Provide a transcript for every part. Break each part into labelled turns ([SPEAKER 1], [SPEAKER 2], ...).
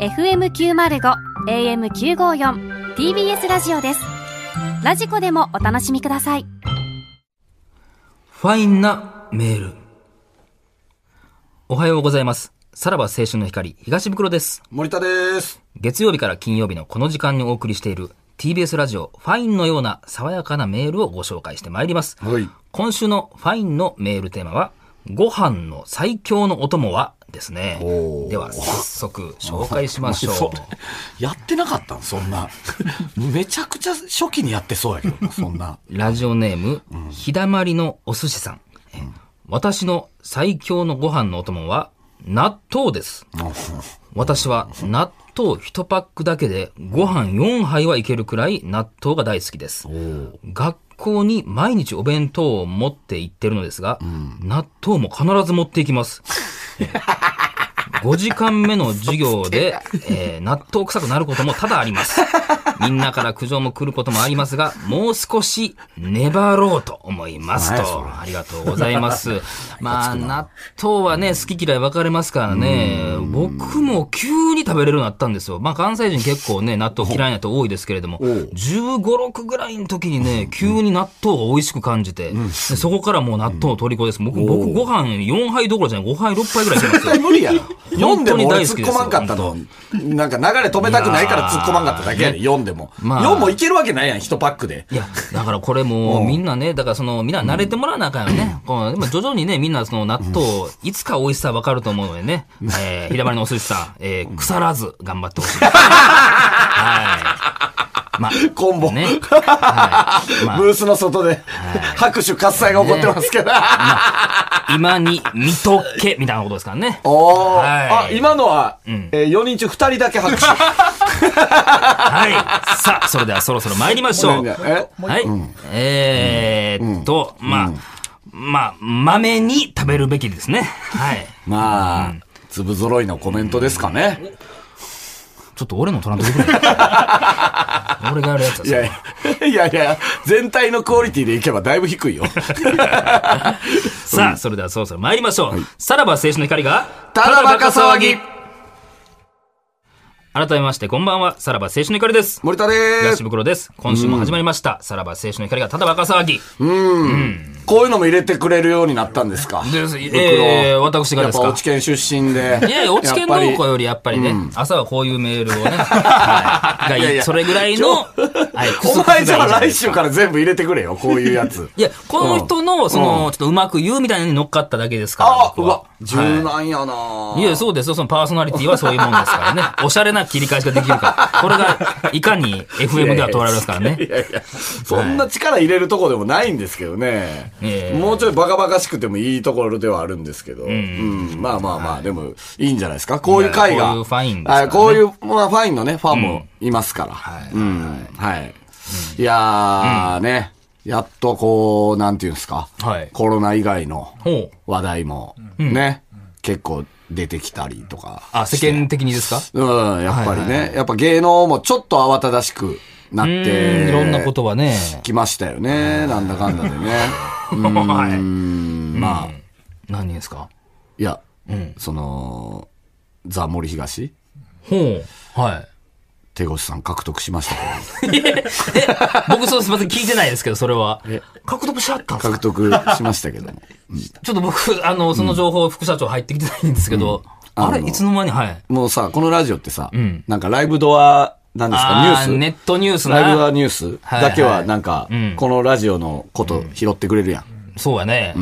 [SPEAKER 1] FM905 AM954 TBS ラジオですラジコでもお楽しみください
[SPEAKER 2] ファインなメール。おはようございます。さらば青春の光、東袋です。
[SPEAKER 3] 森田です。
[SPEAKER 2] 月曜日から金曜日のこの時間にお送りしている TBS ラジオファインのような爽やかなメールをご紹介してまいります。
[SPEAKER 3] はい
[SPEAKER 2] 今週のファインのメールテーマは、ご飯の最強のお供はですね
[SPEAKER 3] お。ー
[SPEAKER 2] では、早速紹介しましょ。
[SPEAKER 3] そうれやってなかったんそんな。 めちゃくちゃ初期にやってそうやけどな、そんな。
[SPEAKER 2] ラジオネーム、ひだまりのお寿司さん。え私の最強のご飯のお供は、納豆です。私は納豆1パックだけでご飯4杯はいけるくらい納豆が大好きです。学校に毎日お弁当を持って行ってるのですが、納豆も必ず持っていき ます。5時間目の授業で、えー納豆臭くなることも多々あります。みんなから苦情も来ることもありますが、もう少し粘ろうと思います
[SPEAKER 3] 何やそ
[SPEAKER 2] と
[SPEAKER 3] れ。
[SPEAKER 2] ありがとうございます。 まあ、納豆はね、好き嫌い分かれますからね、僕も急に食べれるようになったんですよ。まあ、関西人結構ね、納豆嫌いな人多いですけれども、
[SPEAKER 3] う
[SPEAKER 2] 15、6ぐらいの時にね、急に納豆が美味しく感じて、でそこからもう納豆の虜です。僕、僕ご飯4杯どころじゃない、5杯、6杯ぐらいいけます
[SPEAKER 3] 絶
[SPEAKER 2] よ
[SPEAKER 3] 対。 無理やろ。 読んで
[SPEAKER 2] 本当
[SPEAKER 3] も
[SPEAKER 2] に
[SPEAKER 3] 俺
[SPEAKER 2] 大好
[SPEAKER 3] 突
[SPEAKER 2] き
[SPEAKER 3] っ
[SPEAKER 2] です
[SPEAKER 3] 込
[SPEAKER 2] よ
[SPEAKER 3] まんかったの。なんか流れ止めたくないから突っ込まんかっただけやで、
[SPEAKER 2] いやーね
[SPEAKER 3] 読んでも。
[SPEAKER 2] まあ
[SPEAKER 3] 読んもいけるわけないやん、一パックで。
[SPEAKER 2] いや、だからこれも
[SPEAKER 3] う
[SPEAKER 2] うんみんなね、だからその、みんな慣れてもらわなあかんよね。こうでも徐々にね、みんなその納豆、いつか美味しさ分かると思うのでね、えー、ひだまりのお寿司さん、えー、腐らず頑張ってほ しいです。はい。まあ、
[SPEAKER 3] コンボ。
[SPEAKER 2] ね。はい。 ま
[SPEAKER 3] ブースの外で、拍手喝采が起こってますけど。
[SPEAKER 2] あ、今に見とけ、みたいなことですからね。
[SPEAKER 3] おー
[SPEAKER 2] は
[SPEAKER 3] あ、
[SPEAKER 2] い
[SPEAKER 3] 今のは、
[SPEAKER 2] ん
[SPEAKER 3] えー4人中2人だけ 拍手。
[SPEAKER 2] はい。さあ、それではそろそろ参りま しょう。
[SPEAKER 3] え
[SPEAKER 2] はい。えーっと、まあ、まあ、豆に食べるべきですね。はい。
[SPEAKER 3] まあ、粒揃いのコメントですかね。
[SPEAKER 2] ちょっと俺の取らんと いてくれ。俺がやるやつだ
[SPEAKER 3] いやいや、いやいや、全体のクオリティでいけばだいぶ 低いよ。
[SPEAKER 2] さあ、それではそろそろ参りましょう。さらば青春の光が、
[SPEAKER 3] ただバカ騒ぎ
[SPEAKER 2] 改めまして、こんばんは、さらば青春の光です。
[SPEAKER 3] 森田で
[SPEAKER 2] 東
[SPEAKER 3] す。
[SPEAKER 2] 袋です。今週も始まりました。さらば青春の光がただバカ騒ぎ。
[SPEAKER 3] こういうのも入れてくれるようになったんですか
[SPEAKER 2] です
[SPEAKER 3] 袋
[SPEAKER 2] えー私が
[SPEAKER 3] や
[SPEAKER 2] で
[SPEAKER 3] っ
[SPEAKER 2] す
[SPEAKER 3] ぱ
[SPEAKER 2] か
[SPEAKER 3] 落ち県出身で。
[SPEAKER 2] いやいや、落ち県
[SPEAKER 3] や
[SPEAKER 2] ど
[SPEAKER 3] っ
[SPEAKER 2] う
[SPEAKER 3] ぱ
[SPEAKER 2] こ
[SPEAKER 3] り
[SPEAKER 2] よりやっぱりね、朝はこういうメールを ね、はいがいい
[SPEAKER 3] いやいや
[SPEAKER 2] それぐらいの、はい、くすくす
[SPEAKER 3] お
[SPEAKER 2] がいい
[SPEAKER 3] 前じ
[SPEAKER 2] じゃ
[SPEAKER 3] ゃあ
[SPEAKER 2] ないで
[SPEAKER 3] 来
[SPEAKER 2] すか
[SPEAKER 3] 週から全部入れてくれよ、こういうやつ。
[SPEAKER 2] いや、この人の、その、ちょっとうまく言うみたいなのに乗っかっただけですから。
[SPEAKER 3] あ、う
[SPEAKER 2] 僕は
[SPEAKER 3] わ、柔軟やなぁ
[SPEAKER 2] いや、そうですよ。そのパーソナリティはそういうもんですから ね。おしゃれな切り返しができるから。これが、いかに FM では取られますからね。
[SPEAKER 3] いやいや、そんな力入れるとこでもないんですけどね。
[SPEAKER 2] ええ
[SPEAKER 3] もうちょいバカバカしくてもいいところではあるんですけど。うんまあまあまあ、でも、いいんじゃないですか。こういう
[SPEAKER 2] い
[SPEAKER 3] 会が。
[SPEAKER 2] やこういうファインですからね
[SPEAKER 3] あこういう、まあファインのね、ファンもいますから。うんはい。いやーね、やっとこう、なんていうんですか。
[SPEAKER 2] はい
[SPEAKER 3] コロナ以外の
[SPEAKER 2] ほう。
[SPEAKER 3] 話題も、ね、結構出てきたりとか。
[SPEAKER 2] あ、世間的にですか
[SPEAKER 3] うん、やっぱりね。やっぱ芸能もちょっと慌ただしくなっ
[SPEAKER 2] う
[SPEAKER 3] て。
[SPEAKER 2] ーん、いろんなことはね。
[SPEAKER 3] 来ましたよね。なんだかんだで ね。
[SPEAKER 2] は
[SPEAKER 3] うん、まあ、
[SPEAKER 2] い。何ですか
[SPEAKER 3] いや、その、ザ・森東、
[SPEAKER 2] ほう。はい。
[SPEAKER 3] 手越さん獲得しましたけど、
[SPEAKER 2] 僕、そうすみません、聞いてないですけど、それは。獲得しちゃったんですか
[SPEAKER 3] 獲得しましたけ ども。
[SPEAKER 2] ちょっと僕、あの、その情報、副社長入ってきてないんですけど、あれ、
[SPEAKER 3] あの
[SPEAKER 2] いつの間に、はい。
[SPEAKER 3] もうさ、このラジオってさ、
[SPEAKER 2] ん
[SPEAKER 3] なんかライブドア、なんですか、ニュ
[SPEAKER 2] あ
[SPEAKER 3] ース。
[SPEAKER 2] ネットニュース
[SPEAKER 3] ライブドア
[SPEAKER 2] な。
[SPEAKER 3] ニュースだけ
[SPEAKER 2] はい
[SPEAKER 3] は
[SPEAKER 2] はい
[SPEAKER 3] なんか
[SPEAKER 2] うん、
[SPEAKER 3] このラジオのこと拾ってくれるやん。
[SPEAKER 2] そうやね。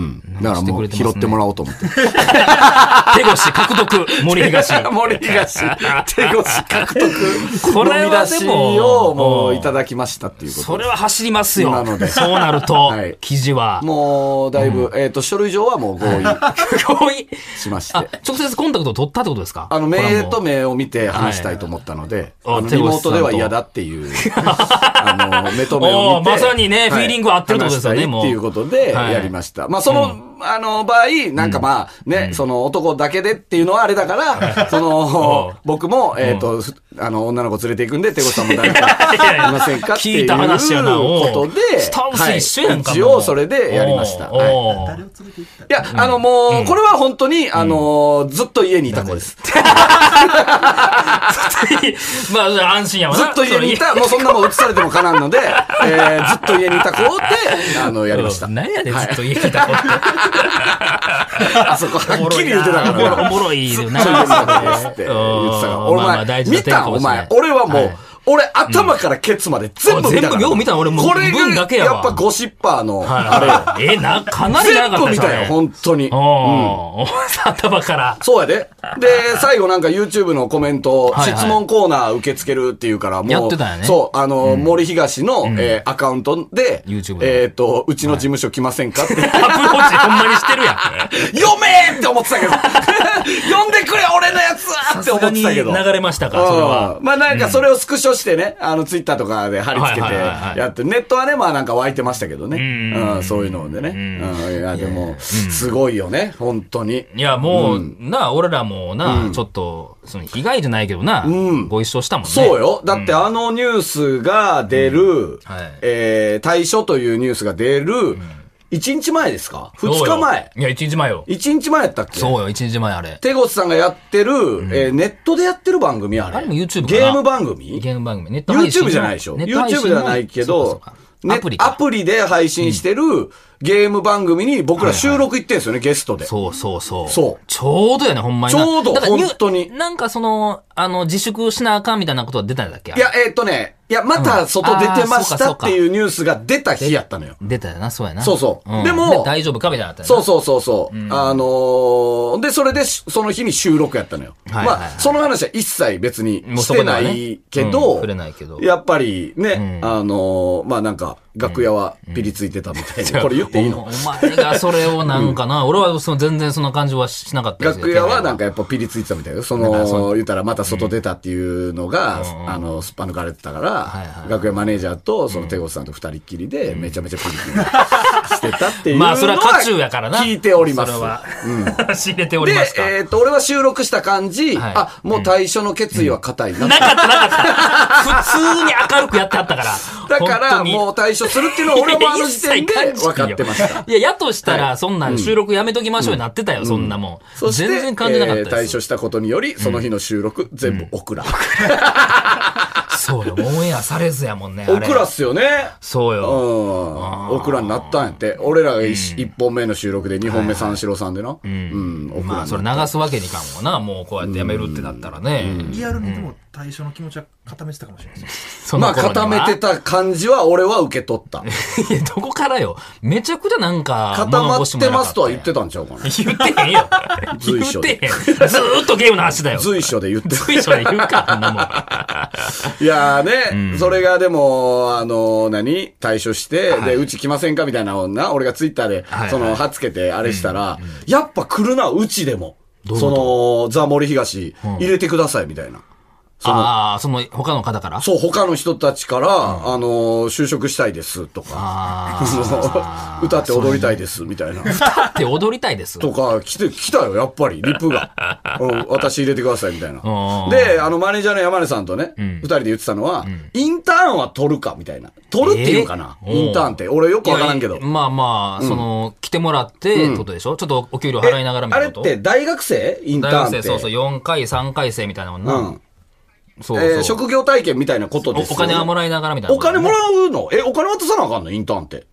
[SPEAKER 3] だからもう拾ってもらおうと思って。
[SPEAKER 2] 手越獲得、森東。
[SPEAKER 3] 森東、 手越獲得。
[SPEAKER 2] これはで
[SPEAKER 3] 飲み出し
[SPEAKER 2] も
[SPEAKER 3] をもういただきましたっていうことです。
[SPEAKER 2] それは走りますよ。
[SPEAKER 3] なので
[SPEAKER 2] そうなると、
[SPEAKER 3] はい
[SPEAKER 2] 記事は。
[SPEAKER 3] もう、だいぶ、えっ、と、書類上はもう合 意
[SPEAKER 2] 合意
[SPEAKER 3] しまし
[SPEAKER 2] あ
[SPEAKER 3] て。、
[SPEAKER 2] 直接コンタクトを取ったってことですか
[SPEAKER 3] あの、
[SPEAKER 2] これはも
[SPEAKER 3] 目
[SPEAKER 2] う
[SPEAKER 3] と目を見て話したいと思ったので、
[SPEAKER 2] はい
[SPEAKER 3] あの
[SPEAKER 2] あ手越さ
[SPEAKER 3] リ
[SPEAKER 2] んと
[SPEAKER 3] モートでは嫌だって いう、あの、目と目を見て。
[SPEAKER 2] おーまさにねフィーリングは合ってるってことですよね
[SPEAKER 3] 話したい
[SPEAKER 2] もう
[SPEAKER 3] っていうことで、
[SPEAKER 2] はい
[SPEAKER 3] やりました。まあ、その、あの、場合、なんかまあ、ね、その男だけでっていうのはあれだから、そ
[SPEAKER 2] お
[SPEAKER 3] の
[SPEAKER 2] う、
[SPEAKER 3] 僕も、えっと、ふあの、女の子連れて行くんで、手越さんも誰か
[SPEAKER 2] いやいや
[SPEAKER 3] いませんかって
[SPEAKER 2] 聞
[SPEAKER 3] い
[SPEAKER 2] いうた話やな、おう
[SPEAKER 3] ことで、
[SPEAKER 2] スタンス
[SPEAKER 3] はい
[SPEAKER 2] 一緒やんか。
[SPEAKER 3] 一
[SPEAKER 2] もう
[SPEAKER 3] 応、それでやりました。
[SPEAKER 2] おう
[SPEAKER 3] はい
[SPEAKER 2] おう
[SPEAKER 3] いや、あのもう、これは本当に、あの、ずっと家にいた子です。
[SPEAKER 2] まあ、安心やわ
[SPEAKER 3] ず
[SPEAKER 2] な。
[SPEAKER 3] っと家にいた、もうそんなもん移されてもか なんので、えーずっと家にいた子をって、あの、やりました。
[SPEAKER 2] 何やねん、ずっと家にいた子って。
[SPEAKER 3] あそこはっきり言ってたから
[SPEAKER 2] お
[SPEAKER 3] ね。
[SPEAKER 2] もろいよな。
[SPEAKER 3] そういうのだねって言ってたから。
[SPEAKER 2] お
[SPEAKER 3] お
[SPEAKER 2] まあまあ大
[SPEAKER 3] 前、
[SPEAKER 2] 事な
[SPEAKER 3] 見
[SPEAKER 2] 点か
[SPEAKER 3] た
[SPEAKER 2] も
[SPEAKER 3] お
[SPEAKER 2] しれない
[SPEAKER 3] 前。俺はも、
[SPEAKER 2] はいう
[SPEAKER 3] 俺頭からケツまで全部見たから。
[SPEAKER 2] 全部よう見た俺もう
[SPEAKER 3] これ
[SPEAKER 2] 文だけやわ
[SPEAKER 3] やっぱゴシッパーの、あ
[SPEAKER 2] あれえ、な、かな
[SPEAKER 3] れ。
[SPEAKER 2] り長
[SPEAKER 3] 全
[SPEAKER 2] かっ
[SPEAKER 3] 部
[SPEAKER 2] た
[SPEAKER 3] 見
[SPEAKER 2] です
[SPEAKER 3] たよ、
[SPEAKER 2] ね。
[SPEAKER 3] 本当に。
[SPEAKER 2] おー、 頭から。
[SPEAKER 3] そう やで。で、最後なんか YouTube のコメント、
[SPEAKER 2] はいはい
[SPEAKER 3] 質問コーナー受け付けるっていうから、もう、
[SPEAKER 2] やってたんやね
[SPEAKER 3] そう、あの、森東の、えーアカウントで、
[SPEAKER 2] YouTube で
[SPEAKER 3] えっと、うちの事務所来ませんかって。
[SPEAKER 2] アプローチほんまにしてるやん。
[SPEAKER 3] 読めーって思ってたけど。 呼んでくれ俺のやつは って
[SPEAKER 2] さす
[SPEAKER 3] 思
[SPEAKER 2] が
[SPEAKER 3] っ
[SPEAKER 2] に
[SPEAKER 3] てたけど。
[SPEAKER 2] 流れましたか、それは。
[SPEAKER 3] うんまあなんかそれをスクショしてね、あのツイッターとかで貼り付け
[SPEAKER 2] は
[SPEAKER 3] て
[SPEAKER 2] いはいはいはい
[SPEAKER 3] やって、ネットはね、まあなんか湧いてましたけどね。
[SPEAKER 2] うん
[SPEAKER 3] うん、そういうのでね。うん、いやでも、すごいよね、本当に。
[SPEAKER 2] いや、もう、なあ、俺らもな、ちょっと、その、被害じゃないけどな、
[SPEAKER 3] ん
[SPEAKER 2] ご一緒したもんね。
[SPEAKER 3] そう。よ。だってあのニュースが出る、
[SPEAKER 2] はい
[SPEAKER 3] えー、対処というニュースが出る、1日前ですか ?2 日前。
[SPEAKER 2] いや、1日前よ。
[SPEAKER 3] 1日前やったっけ
[SPEAKER 2] そうよ、1日前あれ。
[SPEAKER 3] 手越さんがやってる、えーネットでやってる番組あれ。
[SPEAKER 2] あれも YouTube かな
[SPEAKER 3] ゲーム番組
[SPEAKER 2] ゲーム番組、ネット配信の。
[SPEAKER 3] ?YouTube じゃないでしょ
[SPEAKER 2] ネット配信
[SPEAKER 3] ?YouTube
[SPEAKER 2] の
[SPEAKER 3] じゃないけ
[SPEAKER 2] そう
[SPEAKER 3] ど
[SPEAKER 2] かそう、か
[SPEAKER 3] ね
[SPEAKER 2] アプリか。
[SPEAKER 3] アプリで配信してるゲーム番組に僕ら収録行ってんすよね、ゲストで。
[SPEAKER 2] そうそうそう。
[SPEAKER 3] そう
[SPEAKER 2] ちょうどやね、ほんまにな。
[SPEAKER 3] ちょうど
[SPEAKER 2] だからニュ
[SPEAKER 3] 本当に
[SPEAKER 2] なんかその、あの、自粛しなあかんみたいなことは出たんだっけ
[SPEAKER 3] い、や、えーっとね、いや、また外出
[SPEAKER 2] う
[SPEAKER 3] てまし
[SPEAKER 2] んあーそ
[SPEAKER 3] た
[SPEAKER 2] うかそう
[SPEAKER 3] っ
[SPEAKER 2] か
[SPEAKER 3] ていうニュースが出た日やったのよ。
[SPEAKER 2] 出たよな、そうやな。
[SPEAKER 3] そうそう
[SPEAKER 2] うん
[SPEAKER 3] でも
[SPEAKER 2] 大丈夫かみたいなのあったよな
[SPEAKER 3] そうそうそうそう。あのー、で、それでし、その日に収録やったのよ。
[SPEAKER 2] はいはいはい
[SPEAKER 3] まあ、その話は一切別に
[SPEAKER 2] もう
[SPEAKER 3] し
[SPEAKER 2] そこ
[SPEAKER 3] て
[SPEAKER 2] では
[SPEAKER 3] な
[SPEAKER 2] ね
[SPEAKER 3] いけ
[SPEAKER 2] うん
[SPEAKER 3] ど、
[SPEAKER 2] 触れないけど
[SPEAKER 3] やっぱりね、
[SPEAKER 2] うん
[SPEAKER 3] あのー、まあなんか、楽屋はピリついてたみたいな。これ言っていい
[SPEAKER 2] お
[SPEAKER 3] の
[SPEAKER 2] お前がそれをなんかな、俺はその全然そんな感じはしなかったですよ
[SPEAKER 3] 楽屋はなんかやっぱピリついてたみたいよ。そ
[SPEAKER 2] なんかそ
[SPEAKER 3] の、言ったらまた外出たっていうのが、あの、すっぱ抜かれてたから、
[SPEAKER 2] いはいはい
[SPEAKER 3] 楽屋マネージャーとその手越さんと二人っきりで、めちゃめちゃピリピ リしてたっていうの
[SPEAKER 2] ま
[SPEAKER 3] は。
[SPEAKER 2] あ、それは渦中やからな。
[SPEAKER 3] 聞いております。
[SPEAKER 2] それは、 仕入れてお
[SPEAKER 3] で
[SPEAKER 2] りますか。、
[SPEAKER 3] えっ、と、俺は収録した感じ、
[SPEAKER 2] はい
[SPEAKER 3] あ、もう対処の決意は固いな。
[SPEAKER 2] なかった、なかった。普通に明るくやってはったから。
[SPEAKER 3] だから、もう
[SPEAKER 2] う、
[SPEAKER 3] 対処するっていうのは俺もあの時点で
[SPEAKER 2] いや一切
[SPEAKER 3] 分かってました。
[SPEAKER 2] いや、やとした
[SPEAKER 3] は
[SPEAKER 2] ら、
[SPEAKER 3] い
[SPEAKER 2] そんなん収録やめときましょうになってたよ、そんなもん。
[SPEAKER 3] そして、
[SPEAKER 2] 全然感じなかった
[SPEAKER 3] えー対
[SPEAKER 2] です
[SPEAKER 3] 処。したことにより、その日の収録、全部オクラ。
[SPEAKER 2] そうよ、オンエアされずやもんね。あ
[SPEAKER 3] オ
[SPEAKER 2] れ
[SPEAKER 3] クラっすよね。
[SPEAKER 2] そう
[SPEAKER 3] うん。
[SPEAKER 2] よ。
[SPEAKER 3] オクラになったんやって。俺らが 1,、一本目の収録で2本目三四郎さんでな。うん、オク
[SPEAKER 2] ま
[SPEAKER 3] ラ
[SPEAKER 2] あ、
[SPEAKER 3] に
[SPEAKER 2] そ
[SPEAKER 3] な
[SPEAKER 2] れ
[SPEAKER 3] っ
[SPEAKER 2] 流すわけにいかんもんな、もうこうやってやめるってなったらね。
[SPEAKER 4] リアルにでも対象の気持ちは固めてたかもしれないです。
[SPEAKER 2] その
[SPEAKER 3] まあ、
[SPEAKER 2] 頃には
[SPEAKER 3] 固めてた感じは俺は受け取った。
[SPEAKER 2] いや、どこからよ。めちゃくちゃなんか、
[SPEAKER 3] 固まってますとは言って
[SPEAKER 2] た。
[SPEAKER 3] たんちゃうかな。
[SPEAKER 2] 言ってへんよ。
[SPEAKER 3] 随所
[SPEAKER 2] 言
[SPEAKER 3] で
[SPEAKER 2] ってへん。ずーっとゲームの話だよ。
[SPEAKER 3] 随所で言ってた
[SPEAKER 2] 随所で言うか、あんなもん。
[SPEAKER 3] いやーね、それがでも、あのー、何対処して、で、うち来ませんかみたいなのをな、俺がツイッターで
[SPEAKER 2] はいはい、
[SPEAKER 3] その、はつけてあれしたら、やっぱ来るな、うちでも。
[SPEAKER 2] どういう
[SPEAKER 3] その、ザ・森東、入れてください、みたいな。 その、
[SPEAKER 2] ああ、その他の方から
[SPEAKER 3] そう、他の人たちから、あのー、就職したいです、とか、
[SPEAKER 2] あ
[SPEAKER 3] そ
[SPEAKER 2] あ
[SPEAKER 3] の。 歌って踊りたいです、みたいな。
[SPEAKER 2] 歌って踊りたいです。
[SPEAKER 3] とか、来て、来たよ、やっぱり、リプが。うん私入れてください、みたいな
[SPEAKER 2] うん。
[SPEAKER 3] で、あの、マネージャーの山根さんとね、二、人で言ってたのは、インターンは取るか、みたいな。取るっていうかな、
[SPEAKER 2] えー
[SPEAKER 3] インターンって。俺よくわからんけど
[SPEAKER 2] いや。まあまあ、その、来てもらって、ってことでしょちょっとお給料払いながらみ
[SPEAKER 3] あ
[SPEAKER 2] たい
[SPEAKER 3] れ
[SPEAKER 2] な
[SPEAKER 3] っ
[SPEAKER 2] こと。
[SPEAKER 3] て、大学生インタ
[SPEAKER 2] 大
[SPEAKER 3] ーン
[SPEAKER 2] 学
[SPEAKER 3] って。
[SPEAKER 2] 生、そうそう、4回、3回生みたいなもんな。
[SPEAKER 3] うん。
[SPEAKER 2] そう
[SPEAKER 3] えー
[SPEAKER 2] そう。
[SPEAKER 3] 職業体験みたいなこと
[SPEAKER 2] お
[SPEAKER 3] です
[SPEAKER 2] お金はも
[SPEAKER 3] ら
[SPEAKER 2] らいながらみたいな
[SPEAKER 3] お
[SPEAKER 2] ことね。
[SPEAKER 3] 金もらうのえ、お金渡さなあかんのインターンって。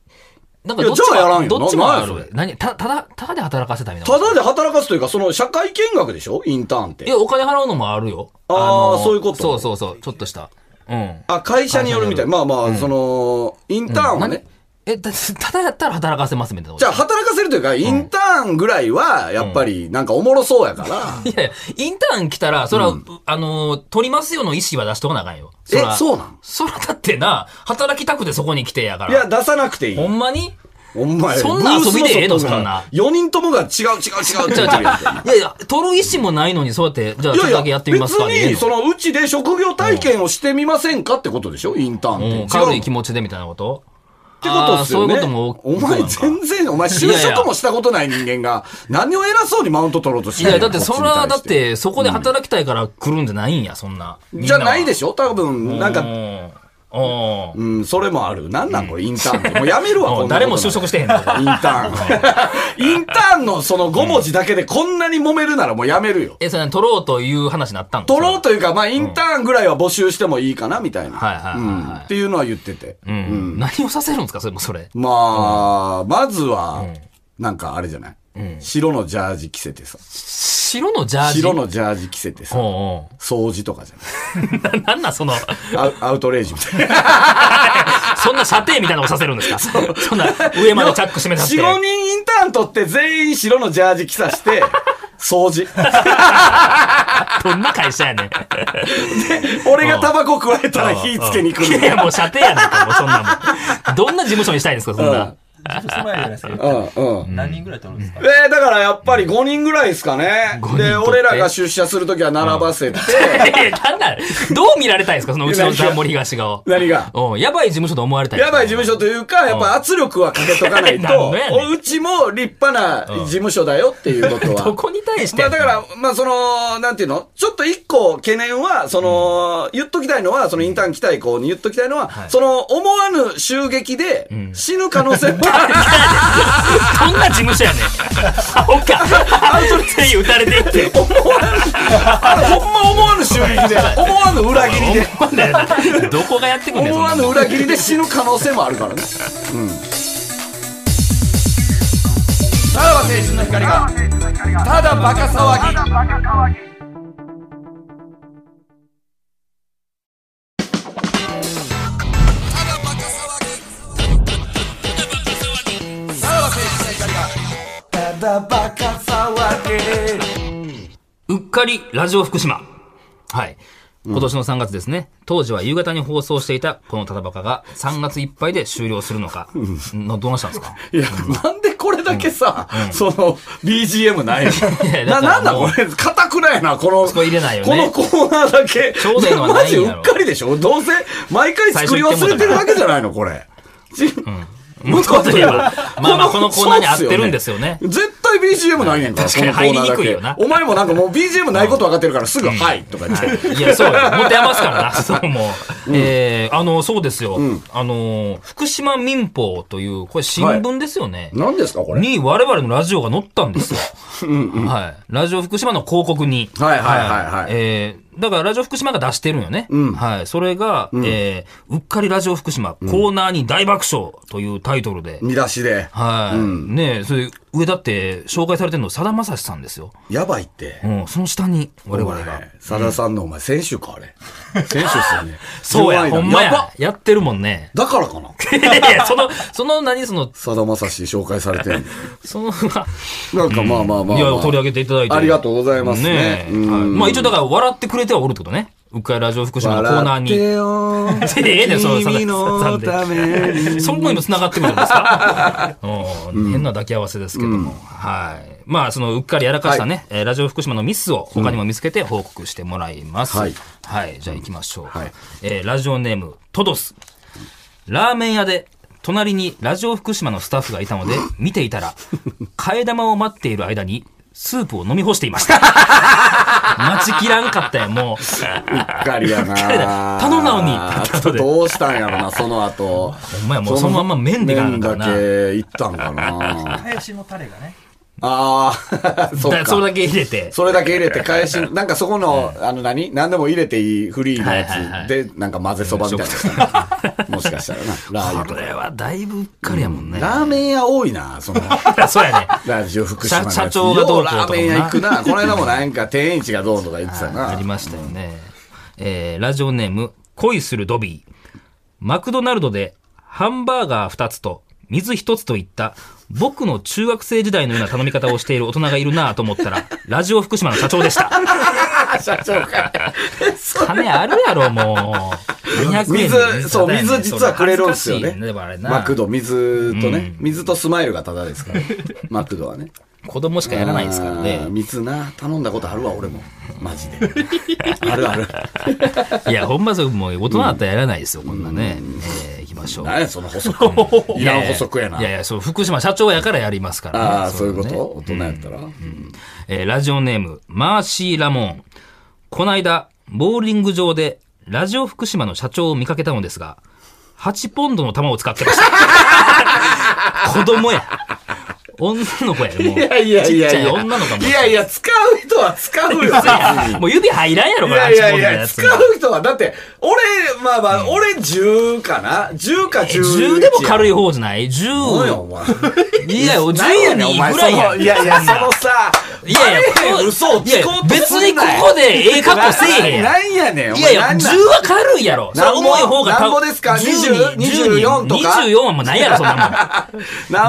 [SPEAKER 2] なんかどっちも
[SPEAKER 3] いやじゃあやらんよな
[SPEAKER 2] どっちもあ
[SPEAKER 3] なんやそ
[SPEAKER 2] る
[SPEAKER 3] れ。
[SPEAKER 2] 何た、ただ、ただで働かせたみたいな
[SPEAKER 3] た
[SPEAKER 2] こと。
[SPEAKER 3] だで働かすというか、その社会見学でしょインターンっ
[SPEAKER 2] い
[SPEAKER 3] て。
[SPEAKER 2] や、お金払うのもあるよ。
[SPEAKER 3] あー
[SPEAKER 2] の
[SPEAKER 3] そういうこと
[SPEAKER 2] そうそうそう、ちょっとした。うん。
[SPEAKER 3] あ、会社によるみたい。まあまあ、その、インターンはね、
[SPEAKER 2] え、だって、ただやったら働かせますみたいなこと。
[SPEAKER 3] じゃあ、働かせるというか、インターンぐらいは、やっぱり、なんかおもろそうやから。
[SPEAKER 2] いやいや、インターン来たら、それは、あのー、取りますよの意思は出しとかなあかんよ。
[SPEAKER 3] え
[SPEAKER 2] ら、
[SPEAKER 3] そうなん
[SPEAKER 2] そらだってな、働きたくてそこに来てやから。
[SPEAKER 3] いや、出さなくていい
[SPEAKER 2] ほ。んまに
[SPEAKER 3] お前、
[SPEAKER 2] そんな遊びでええのそんな
[SPEAKER 3] 4人ともが違う違う違うって
[SPEAKER 2] じ
[SPEAKER 3] 言
[SPEAKER 2] ゃあ、
[SPEAKER 3] って
[SPEAKER 2] じ
[SPEAKER 3] る
[SPEAKER 2] ゃ
[SPEAKER 3] やん
[SPEAKER 2] あいやいや、取る意思もないのに、そうやって、じゃあ、ちょっとだけやってみますか
[SPEAKER 3] 別
[SPEAKER 2] ね。
[SPEAKER 3] に、そのうちで職業体験をしてみませんかってことでしょインターン
[SPEAKER 2] うん
[SPEAKER 3] って。違う
[SPEAKER 2] 軽
[SPEAKER 3] っ
[SPEAKER 2] い
[SPEAKER 3] て
[SPEAKER 2] 気持ちでみたいなこと
[SPEAKER 3] ことっすよね。
[SPEAKER 2] あーそういうことも
[SPEAKER 3] お前
[SPEAKER 2] そうなん
[SPEAKER 3] 全然、お前就職もしたことない人間が、何を偉そうにマウント取ろうとし
[SPEAKER 2] い
[SPEAKER 3] てんの
[SPEAKER 2] や、だって、それは、だっ。、
[SPEAKER 3] こちに対して
[SPEAKER 2] そこで働きたいから来るんじゃないんや、そんな。
[SPEAKER 3] じゃないで
[SPEAKER 2] し
[SPEAKER 3] しょ多分、なんか
[SPEAKER 2] う、んおー
[SPEAKER 3] うん、それもある。なんなんこれ、インターンって。もうやめるわ、こ
[SPEAKER 2] おー。
[SPEAKER 3] んなこと
[SPEAKER 2] 誰も就職してへんの。
[SPEAKER 3] インターン。インターンのその5文字だけでこんなに揉めるならもうやめるよ。
[SPEAKER 2] え、それ取ろうという話になったん
[SPEAKER 3] 取ろ
[SPEAKER 2] う
[SPEAKER 3] うというか、まあ、インターンぐらいは募集してもいいかな、みたいな。
[SPEAKER 2] はいはいはいはい
[SPEAKER 3] うんっていうのは言ってて。
[SPEAKER 2] うん。何をさせるんですかそれもそれ。
[SPEAKER 3] まあ、まずは、なんかあれじゃない、白のジャージ着せてさ。
[SPEAKER 2] 白のジャージ。
[SPEAKER 3] 白のジャージ着せてさ。
[SPEAKER 2] お
[SPEAKER 3] 掃除とかじゃ
[SPEAKER 2] うおう。な、なんなんその、
[SPEAKER 3] ないアウア ウトレイジみたい
[SPEAKER 2] そんな射程みたいなのをさせるんですかそんな上までチャック閉め
[SPEAKER 3] な。
[SPEAKER 2] さ
[SPEAKER 3] 4、
[SPEAKER 2] せて。
[SPEAKER 3] 5人インターン取って全員白のジャージ着 さして、掃除。
[SPEAKER 2] どんな会社やねん。
[SPEAKER 3] 俺がタバコ加えたら火つけに来る
[SPEAKER 2] いや、もう射程やねんか、もうそんなもん。どんな事務所 にしたいんですか、そんな。
[SPEAKER 4] 事務所前じゃないですか。
[SPEAKER 3] うん、うん。
[SPEAKER 4] 何人ぐらい取るんですか
[SPEAKER 3] えー、だからやっぱり5人ぐらいですかね
[SPEAKER 2] 五人。取っ
[SPEAKER 3] で、
[SPEAKER 2] て
[SPEAKER 3] 俺らが出社するときは並ばせて、
[SPEAKER 2] え、なんなんどう見られたいんですか、そのうちのザンモリ東がを。
[SPEAKER 3] 何が
[SPEAKER 2] うん、やばい事務所と思われたい。
[SPEAKER 3] やばい事務所というか、やっぱ圧力はかけとかない
[SPEAKER 2] なん
[SPEAKER 3] と
[SPEAKER 2] でやねん、
[SPEAKER 3] うちも立派な事務所だよっていうことは。
[SPEAKER 2] どこに対して
[SPEAKER 3] まあだから、まあその、なんていうのちょっと一個懸念は、その、言っときたいのは、そのインターン来たい子に言っときたいのは、その思わぬ襲撃で死ぬ可能性もある。
[SPEAKER 2] どんな事務所やねん。アホか。アウトレイ打たれていって。
[SPEAKER 3] 思わぬ、 ほんま思わぬ襲撃 で、思わぬ裏切りで。
[SPEAKER 2] ほんでどこがやってくんねん
[SPEAKER 3] 思
[SPEAKER 2] そんなも
[SPEAKER 3] わ
[SPEAKER 2] ん
[SPEAKER 3] ぬ裏切りで死ぬ可能性もあるからね。うん。さらば青春の光が、ただバカ騒ぎ。
[SPEAKER 2] うっかりラジオ福島。はい。今年の3月ですね。当時は夕方に放送していたこのタダバカが3月いっぱいで終了するのか。のどうなしたんですか
[SPEAKER 3] いや、なんでこれだけさ、その、BGM ない
[SPEAKER 2] やだか
[SPEAKER 3] のな、
[SPEAKER 2] ら
[SPEAKER 3] なんだ
[SPEAKER 2] もう
[SPEAKER 3] これ、かたくないな、この、
[SPEAKER 2] こ入れないよね
[SPEAKER 3] このコーナーだけ。
[SPEAKER 2] ちょうどいいのは
[SPEAKER 3] マ
[SPEAKER 2] ないん
[SPEAKER 3] ジ
[SPEAKER 2] やろ
[SPEAKER 3] うっかりでしょどうせ、毎回作り忘れてるだけじゃないの、これ。ち
[SPEAKER 2] もっと言えば、まあまあこのコーナーに合ってるんですよね。
[SPEAKER 3] 絶対 BGM ないねんから、
[SPEAKER 2] 確かに
[SPEAKER 3] このコーナーだけ
[SPEAKER 2] 入りにくいよな
[SPEAKER 3] お前もなんかもう BGM ないこと分かってるから、すぐ、はい、とか言って。
[SPEAKER 2] いや、そうよ。持て余すから な、そうもう。えー、あの、そうですよ。あの、福島民報という、これ新聞ですよね。
[SPEAKER 3] 何ですか、これ。
[SPEAKER 2] に我々のラジオが載ったん ですよ。はい。ラジオ福島の広告に。
[SPEAKER 3] はいはいはいはい
[SPEAKER 2] えーだからラジオ福島が出してるんよね。はい。それが、えーうっかりラジオ福島、コーナーに大爆笑というタイトルで。
[SPEAKER 3] 見出しで。
[SPEAKER 2] はい。ねえ、それ、上だって、紹介されてるの、さだまさしさんですよ。
[SPEAKER 3] やばいって。
[SPEAKER 2] うん、その下に、我々
[SPEAKER 3] お
[SPEAKER 2] が
[SPEAKER 3] 前。さださんのお前、選手か、あれ。選手っすよね。
[SPEAKER 2] そうや、
[SPEAKER 3] 弱いな
[SPEAKER 2] ほんま
[SPEAKER 3] ば
[SPEAKER 2] や。やってるもん ね。
[SPEAKER 3] だからかな。
[SPEAKER 2] いやいや、その、その何、その、
[SPEAKER 3] さだまさし紹介されてるんで
[SPEAKER 2] その、い
[SPEAKER 3] なんかまあまあまあ、まあ
[SPEAKER 2] や、取り上げていただいて。
[SPEAKER 3] ありがとうございますね
[SPEAKER 2] ね。えはいまあ一応だから笑ってくれてはおるってことね。うっかりラジオ福島のコーナーに。え
[SPEAKER 3] よ
[SPEAKER 2] えねん、その、さ
[SPEAKER 3] 君のために。
[SPEAKER 2] そこにも繋がってくるんです かうん変な抱き合わせですけども。はい。まあ、その、うっかりやらかしたね、えーラジオ福島のミスを他にも見つけて報告してもらいます。
[SPEAKER 3] うん
[SPEAKER 2] は
[SPEAKER 3] はいい。
[SPEAKER 2] じゃあ行きましょう。
[SPEAKER 3] はい
[SPEAKER 2] えーラジオネーム、トドス。ラーメン屋で、隣にラジオ福島のスタッフがいた ので、見ていたら、替え玉を待っている間に、スープを飲み干していま した。待ちきらんかったよ、もう。
[SPEAKER 3] うっかりやな
[SPEAKER 2] 頼んだのに後で
[SPEAKER 3] どうしたんやろな、その後。
[SPEAKER 2] ほんまや、もうそのまんま麺でいかなあかん
[SPEAKER 3] 麺
[SPEAKER 2] から
[SPEAKER 3] だ
[SPEAKER 2] な。
[SPEAKER 3] けいったんかな
[SPEAKER 4] 林のタレがね。
[SPEAKER 3] ああ、そ
[SPEAKER 2] だか
[SPEAKER 3] う
[SPEAKER 2] らそれ
[SPEAKER 3] か。
[SPEAKER 2] だけ入れて。
[SPEAKER 3] それだけ入れて返し、なんかそこの、あの何何でも入れていいフリーの
[SPEAKER 2] はいはいは
[SPEAKER 3] や
[SPEAKER 2] い
[SPEAKER 3] つで、なんか混ぜそばみたいな。もしかしたらな。ラー油
[SPEAKER 2] こと
[SPEAKER 3] か。
[SPEAKER 2] れ はだいぶうっかりやもんね。
[SPEAKER 3] ラーメン屋多いな、その。
[SPEAKER 2] そうやね。
[SPEAKER 3] ラジオ福島のやつ
[SPEAKER 2] 社社長がどうこうとかな
[SPEAKER 3] よラーメン屋行くな。この間もなんか定位置がどうとか言ってた
[SPEAKER 2] あ
[SPEAKER 3] な
[SPEAKER 2] り。ましたよね。えー、ラジオネーム、恋するドビー。マクドナルドでハンバーガー2つと水1つといった僕の中学生時代のような頼み方をしている大人がいるなぁと思ったら、ラジオ福島の社長でした。
[SPEAKER 3] 社長か。
[SPEAKER 2] 金あるやろ、もう。200円の
[SPEAKER 3] 水、そう、
[SPEAKER 2] だよね
[SPEAKER 3] 水実はくれるんすよ
[SPEAKER 2] それ
[SPEAKER 3] ね
[SPEAKER 2] 恥ずかしいでもあれ。な
[SPEAKER 3] マクド、水とね。水とスマイルがタダです から。マクドはね。
[SPEAKER 2] 子供しかやらないですからね
[SPEAKER 3] あー。水な、頼んだことあるわ、俺も。マジで。ある ある。
[SPEAKER 2] いや、ほんまそう、もう大人だったらやらないですよ、こんなね。えー、行きましょう。
[SPEAKER 3] 何や、その補足。いらん補足やな。
[SPEAKER 2] いやいや、そう、福島社長やからやりますから、
[SPEAKER 3] ああ、そういう
[SPEAKER 2] の
[SPEAKER 3] こ
[SPEAKER 2] ね
[SPEAKER 3] と大人やったら。
[SPEAKER 2] えーラジオネーム、マーシー・ラモーン。こないだ、ボーリング場で、ラジオ福島の社長を見かけたのですが、8ポンドの玉を使ってました。 子供や。女の子やで、もう。
[SPEAKER 3] いやいやいや
[SPEAKER 2] ちっち
[SPEAKER 3] い
[SPEAKER 2] ゃい
[SPEAKER 3] や。
[SPEAKER 2] 女の子も。
[SPEAKER 3] いやいや、使う人は使うよ。別に
[SPEAKER 2] もう指入らんやろ、
[SPEAKER 3] い
[SPEAKER 2] これ、
[SPEAKER 3] や
[SPEAKER 2] 8
[SPEAKER 3] い
[SPEAKER 2] ポンド
[SPEAKER 3] やい
[SPEAKER 2] の
[SPEAKER 3] や、
[SPEAKER 2] やつ
[SPEAKER 3] 使
[SPEAKER 2] も。
[SPEAKER 3] う人は、だって、俺、まあまあ、俺10かな ?10 か
[SPEAKER 2] え
[SPEAKER 3] 11。
[SPEAKER 2] 10でも軽
[SPEAKER 3] い。
[SPEAKER 2] い方じゃない
[SPEAKER 3] おい
[SPEAKER 2] ?10。
[SPEAKER 3] お前。
[SPEAKER 2] いや、10
[SPEAKER 3] 何やねん、お
[SPEAKER 2] に
[SPEAKER 3] 前、
[SPEAKER 2] ぐら
[SPEAKER 3] そ
[SPEAKER 2] いや
[SPEAKER 3] の、
[SPEAKER 2] ん。
[SPEAKER 3] いやいや、そのさ、
[SPEAKER 2] いやいや、
[SPEAKER 3] あれ嘘を
[SPEAKER 2] いや
[SPEAKER 3] つこうと
[SPEAKER 2] 別
[SPEAKER 3] すんなよ
[SPEAKER 2] にここでええ格好せえへんやん。
[SPEAKER 3] なんやねん、お
[SPEAKER 2] いや
[SPEAKER 3] 前。
[SPEAKER 2] いや、
[SPEAKER 3] なん
[SPEAKER 2] 10
[SPEAKER 3] なん
[SPEAKER 2] は軽いやろ。それ
[SPEAKER 3] なんぼ
[SPEAKER 2] 重い方が
[SPEAKER 3] なんぼですか
[SPEAKER 2] 10
[SPEAKER 3] 20 24とか
[SPEAKER 2] 24はもうないやろ、そん な
[SPEAKER 3] な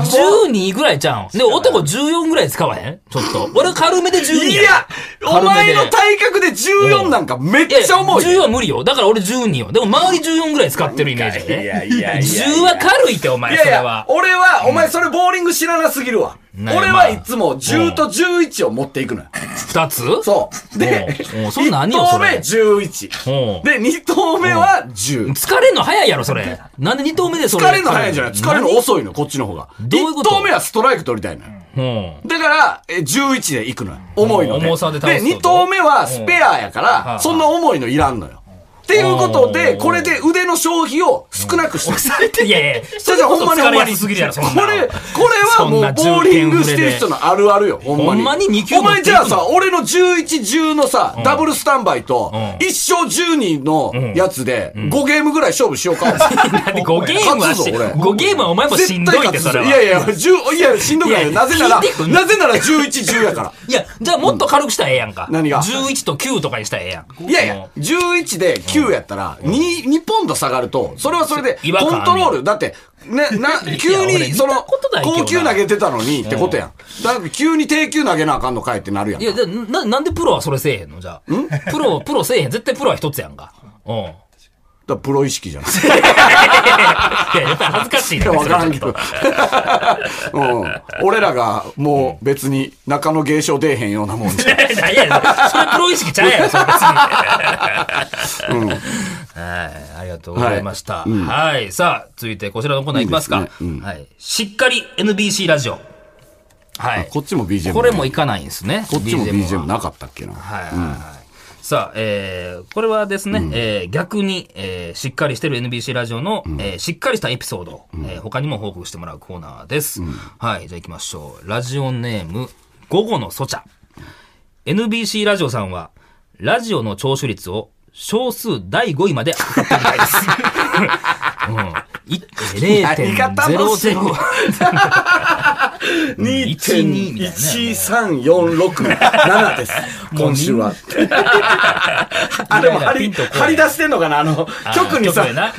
[SPEAKER 3] んぼ
[SPEAKER 2] もん。12ぐらいちゃうん。で、男14ぐらい使わへんちょっと。俺軽めで12
[SPEAKER 3] い
[SPEAKER 2] や。
[SPEAKER 3] や、お前の体格で14なんかめっちゃ重い。
[SPEAKER 2] いや14は無理よ。だから俺12よ。でも周り14ぐらい使ってるイメージやね。
[SPEAKER 3] いやいやいやいや
[SPEAKER 2] 10は軽いって、お前、
[SPEAKER 3] い
[SPEAKER 2] そ
[SPEAKER 3] やい
[SPEAKER 2] れ
[SPEAKER 3] や
[SPEAKER 2] は、。
[SPEAKER 3] 俺は、お前それボーリング知らなすぎるわ。
[SPEAKER 2] ない
[SPEAKER 3] 俺
[SPEAKER 2] まあ
[SPEAKER 3] はいつも10と11を持っていくのよ。
[SPEAKER 2] 2つ
[SPEAKER 3] そう。で、
[SPEAKER 2] おうおうそん
[SPEAKER 3] 1
[SPEAKER 2] なんあんよ
[SPEAKER 3] 投
[SPEAKER 2] そ
[SPEAKER 3] 目
[SPEAKER 2] れお
[SPEAKER 3] 11。
[SPEAKER 2] う
[SPEAKER 3] で、2投目は10。
[SPEAKER 2] 疲れんの早いやろ、それ。なんで2投目でそれ。
[SPEAKER 3] 疲れるの早いんじゃない疲れるの遅いの、こっちの方が。
[SPEAKER 2] どういうこと
[SPEAKER 3] 1投目はストライク取りたいのよ。
[SPEAKER 2] うん。
[SPEAKER 3] だから、え11で行くのよ。重いので。
[SPEAKER 2] 重さで倒すって
[SPEAKER 3] 2
[SPEAKER 2] こと
[SPEAKER 3] 投目はスペアやか
[SPEAKER 2] う
[SPEAKER 3] ら、
[SPEAKER 2] ん
[SPEAKER 3] そんな重いのいらんのよ。っていうこと
[SPEAKER 2] う
[SPEAKER 3] で、
[SPEAKER 2] ん
[SPEAKER 3] これで腕の消費を少なくしてる。
[SPEAKER 2] いやいや、
[SPEAKER 3] それじゃほんまにほんま
[SPEAKER 2] 疲れ
[SPEAKER 3] に。
[SPEAKER 2] やすすぎるやろ、そんな
[SPEAKER 3] こ
[SPEAKER 2] の
[SPEAKER 3] れ、これはもうボーリングしてる人のあるあるよ、ほんまに。
[SPEAKER 2] ほんまに二級
[SPEAKER 3] お前じゃあさ、
[SPEAKER 2] 持
[SPEAKER 3] 俺の11、10のさ、ダブルスタンバイと
[SPEAKER 2] うん、
[SPEAKER 3] 一生12のやつで、5ゲームぐらい勝負しようか。
[SPEAKER 2] だって5ゲームはし、
[SPEAKER 3] 勝つぞ俺
[SPEAKER 2] 5ゲームはお前もしんどいって、それは。
[SPEAKER 3] いやいや、10、いや、しんどくないよ。
[SPEAKER 2] いや
[SPEAKER 3] なぜなら
[SPEAKER 2] 聞いてく、ん
[SPEAKER 3] なぜなら11、10やから。
[SPEAKER 2] いや、じゃあもっと軽くしたらええやんか。
[SPEAKER 3] 何が
[SPEAKER 2] ?11 と9とかにしたらええやん。
[SPEAKER 3] いやいや、11で9やったら、2、2ポンド下がると、それはそれで
[SPEAKER 2] 違、和感あ
[SPEAKER 3] コ
[SPEAKER 2] る
[SPEAKER 3] ントロール、だって、ね、な、急
[SPEAKER 2] いや俺
[SPEAKER 3] に、
[SPEAKER 2] 見
[SPEAKER 3] そ
[SPEAKER 2] た
[SPEAKER 3] の
[SPEAKER 2] ことな、いけどな
[SPEAKER 3] 高級投げてたのにってことやん。だから急に低級投げなあかんのかいってなるやん
[SPEAKER 2] い。や、じゃあな、なんでプロはそれせえへんのじゃあ。プロ、プロせえへん。絶対プロは一つやんか。うん。い
[SPEAKER 3] だからプロ意識じゃない。
[SPEAKER 2] や、絶対 恥ずかしい
[SPEAKER 3] い
[SPEAKER 2] な。
[SPEAKER 3] やわからんけ
[SPEAKER 2] そ
[SPEAKER 3] ど
[SPEAKER 2] れ。
[SPEAKER 3] うん。俺らが、もう別に中野芸商出えへんようなもんじゃん。
[SPEAKER 2] ちょっといやいや、それプロ意識ちゃうやろ、それ別に。
[SPEAKER 3] うん。
[SPEAKER 2] はい、ありがとうございました。はい、さあ、続いてこちらのコーナーいきますか。
[SPEAKER 3] いいですねうん
[SPEAKER 2] はい。しっかり NBC ラジオ。は
[SPEAKER 3] あ
[SPEAKER 2] い。
[SPEAKER 3] こっちも BGM。
[SPEAKER 2] これもいかないんですね。
[SPEAKER 3] こっちも
[SPEAKER 2] BGM は
[SPEAKER 3] BGM なかったっけな。
[SPEAKER 2] はいはいはい。さあ、えー、これはですね、えー逆に、えーしっかりしてる NBC ラジオの、えーしっかりしたエピソードを、えー他にも報告してもらうコーナーです。はい、じゃあ行きましょう。ラジオネーム、午後のソチャ。NBC ラジオさんは、ラジオの聴取率を少数第5位まで上がったみたいです。うん、い
[SPEAKER 3] 何が楽しい
[SPEAKER 2] 0.00。
[SPEAKER 3] 2.13467です。 今週は。あ、でも張
[SPEAKER 2] ピ
[SPEAKER 3] り、
[SPEAKER 2] ンとこない
[SPEAKER 3] 張り出してんのかなあの、局にさ
[SPEAKER 2] 局でな、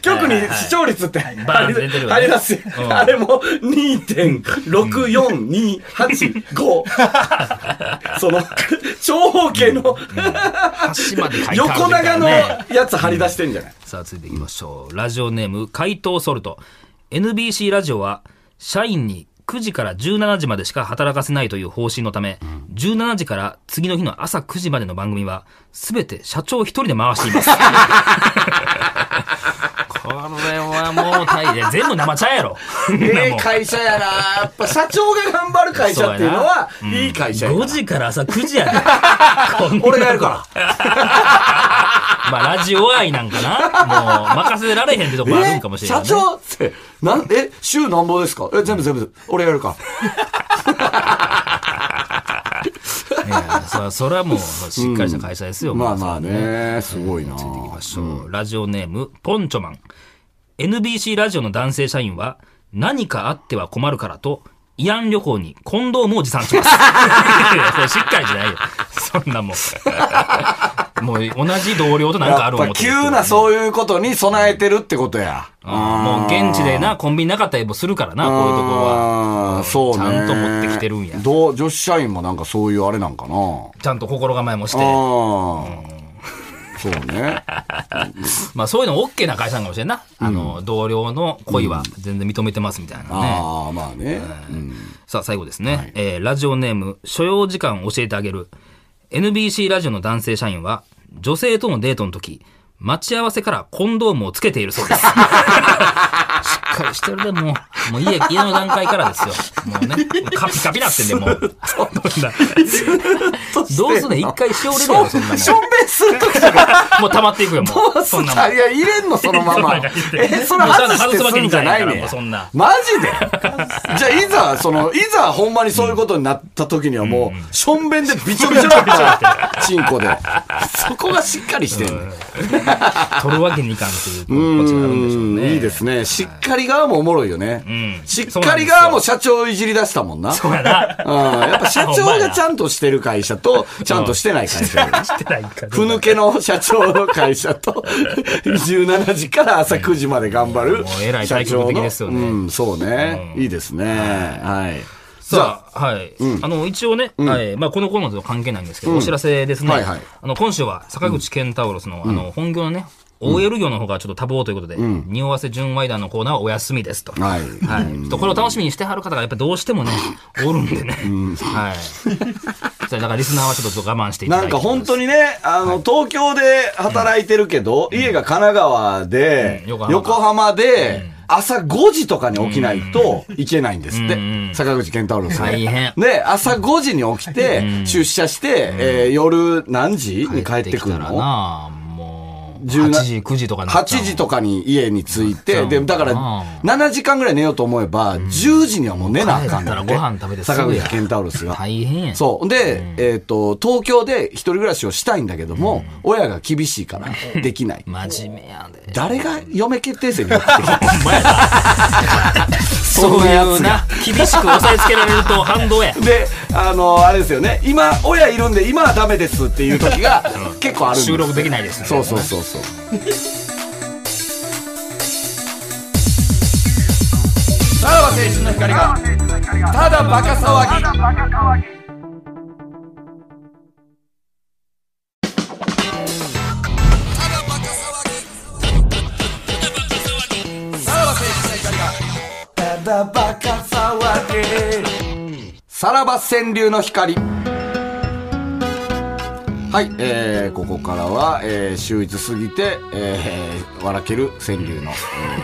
[SPEAKER 3] 局に視聴率って
[SPEAKER 2] バー
[SPEAKER 3] 張
[SPEAKER 2] ン
[SPEAKER 3] り
[SPEAKER 2] 出てるよね
[SPEAKER 3] 張り出して、
[SPEAKER 2] うん
[SPEAKER 3] あれも2.642855。その、長方形の
[SPEAKER 2] 端まで書いてあるみたいなね
[SPEAKER 3] 横長のやつ張り出してんじゃない
[SPEAKER 2] さあ、続いていきましょう。ラジオネーム、怪盗ソルト。NBC ラジオは、社員に9時から17時までしか働かせないという方針のため、17時から次の日の朝9時までの番組は、すべて社長一人で回しています。これはもう大変。全部生茶や ろ。
[SPEAKER 3] ええ会社やなやっぱ社長が頑張る会社っていうのは、いい会社やな
[SPEAKER 2] 5時から朝9時や で。こんな
[SPEAKER 3] 俺がやるから。
[SPEAKER 2] まあ、ラジオ愛なんかな。もう、任せられへんってとこもあるんかもしれない、
[SPEAKER 3] え社長って、なん、え、週なんぼですかえ、全部全部、俺やるか。
[SPEAKER 2] いやそそれはもうしっかりした会社ですよ、
[SPEAKER 3] まあ
[SPEAKER 2] 皆さん
[SPEAKER 3] まあね、すごいな
[SPEAKER 2] 続いていきましょう、ラジオネームポンチョマン NBC ラジオの男性社員は何かあっては困るからと慰安旅行にコンドームを持参します いやそれしっかりじゃないよそんなもん もう同じ同僚となんか
[SPEAKER 3] や
[SPEAKER 2] ある
[SPEAKER 3] っぱ
[SPEAKER 2] 思ってる
[SPEAKER 3] 急なそういうことに備えてるってことや。
[SPEAKER 2] あーもう現地でなコンビニなかったりもするからなこういうとこは
[SPEAKER 3] あーそうね。
[SPEAKER 2] ちゃんと持ってきてるんや
[SPEAKER 3] どう、女子社員もなんかそういうあれなんかな
[SPEAKER 2] ちゃんと心構えもし
[SPEAKER 3] あ
[SPEAKER 2] て
[SPEAKER 3] ーそう ね。
[SPEAKER 2] まあそういうの OK な会社なのかもしれんな、あの同僚の恋は全然認めてますみたいなね、
[SPEAKER 3] ああ、まあね。うん
[SPEAKER 2] さあ、最後ですね。えーラジオネーム、所要時間を教えてあげる。NBC ラジオの男性社員は、女性とのデートの時、待ち合わせからコンドームをつけているそうです。しっっかりしてるで、もう。もう家、家の段階からですよ。もうね。カピカピなってんで、もう。 どうすんねん一回しおれるやろ、そんなもん。
[SPEAKER 5] しょんべんするとき
[SPEAKER 2] もう溜まっていくよ、もう。そんなもん。
[SPEAKER 5] いや、入れんの、そのまま。え、それ外してすんじゃないね
[SPEAKER 2] もうそんな
[SPEAKER 5] マジで
[SPEAKER 3] じゃあ、いざ、その、いざ、ほんまにそういうことになった時にはもう、しょんべんでびちょびちょだった。チンコで。そこがしっかりしてんね。
[SPEAKER 2] 取るわけにいかんという、こ
[SPEAKER 3] う
[SPEAKER 2] っちがあるんでしょうね。
[SPEAKER 3] んい いですね。しっかり側もおもろいよね。
[SPEAKER 2] うん
[SPEAKER 3] しっかり側も社長いじり出したもんな。うん
[SPEAKER 2] そうやな。
[SPEAKER 3] やっぱ社長がちゃんとしてる会社と、ちゃんとしてない会社。
[SPEAKER 2] してないか
[SPEAKER 3] ふぬけの社長の会社と、17時から朝9時まで頑張る
[SPEAKER 2] もうえらい
[SPEAKER 3] 社
[SPEAKER 2] 対
[SPEAKER 3] 長
[SPEAKER 2] 極的
[SPEAKER 3] の。
[SPEAKER 2] ですよね
[SPEAKER 3] うん、そうね。いいですね。はい。じゃあ、
[SPEAKER 2] さあ、はい。あの、一応ね、はい。まあ、このコーナーとは関係ないんですけど、お知らせですね。
[SPEAKER 3] はいはい
[SPEAKER 2] あの、今週は、坂口健太郎さんの、あの、本業のね、OL 業の方がちょっと多忙ということで、匂わせ純ワイダーのコーナーはお休みですと。
[SPEAKER 3] は
[SPEAKER 2] はい。
[SPEAKER 3] い。
[SPEAKER 2] ちょっとこれを楽しみにしてはる方がやっぱどうして もね、おるんでね。はい。それだからリスナーはちょっと我慢していただい
[SPEAKER 3] な
[SPEAKER 2] て。
[SPEAKER 3] んか本当にね、あの、東京で働いてるけど、家が神奈川で、
[SPEAKER 2] うん横浜
[SPEAKER 3] 横浜で、朝5時とかに起きないといけないんですって。
[SPEAKER 2] うん
[SPEAKER 3] 坂口健太郎さん。
[SPEAKER 2] 大変
[SPEAKER 3] で、朝5時に起きて、出社して、えー夜何時に帰ってくる
[SPEAKER 2] 帰ってきたら
[SPEAKER 3] の
[SPEAKER 2] な、もう、
[SPEAKER 3] 17
[SPEAKER 2] 8時、9時とかにな
[SPEAKER 3] 8
[SPEAKER 2] っちゃう
[SPEAKER 3] 時とかに家に着いて、で、だから、
[SPEAKER 2] う
[SPEAKER 3] 7時間ぐらい寝ようと思えば、10時にはもう寝なあか
[SPEAKER 2] 帰
[SPEAKER 3] んだ
[SPEAKER 2] ったらご飯食べてすぐや
[SPEAKER 3] 坂口健太郎ですが。
[SPEAKER 2] 大変や。
[SPEAKER 3] そう。で、えっ、と、東京で一人暮らしをしたいんだけども、親が厳しいから、できない。
[SPEAKER 2] 真面目やで。
[SPEAKER 3] 誰が嫁決定戦に 持ってきた
[SPEAKER 2] そ
[SPEAKER 3] そう
[SPEAKER 2] い
[SPEAKER 3] ういうや
[SPEAKER 2] う
[SPEAKER 3] つ
[SPEAKER 2] な
[SPEAKER 3] が。、
[SPEAKER 2] 厳しく押さえつけられると反動や。
[SPEAKER 3] で、あの、あれですよね。今、親いるんで、今はダメですっていう時が結構あるんです
[SPEAKER 2] 収録できないですね。
[SPEAKER 3] そうそうそうそう。さらば青春の光が、ただバカ騒ぎ。さらば川柳の光。はい、えー、ここからは、えー、秀逸すぎて、えー、笑ける川柳の、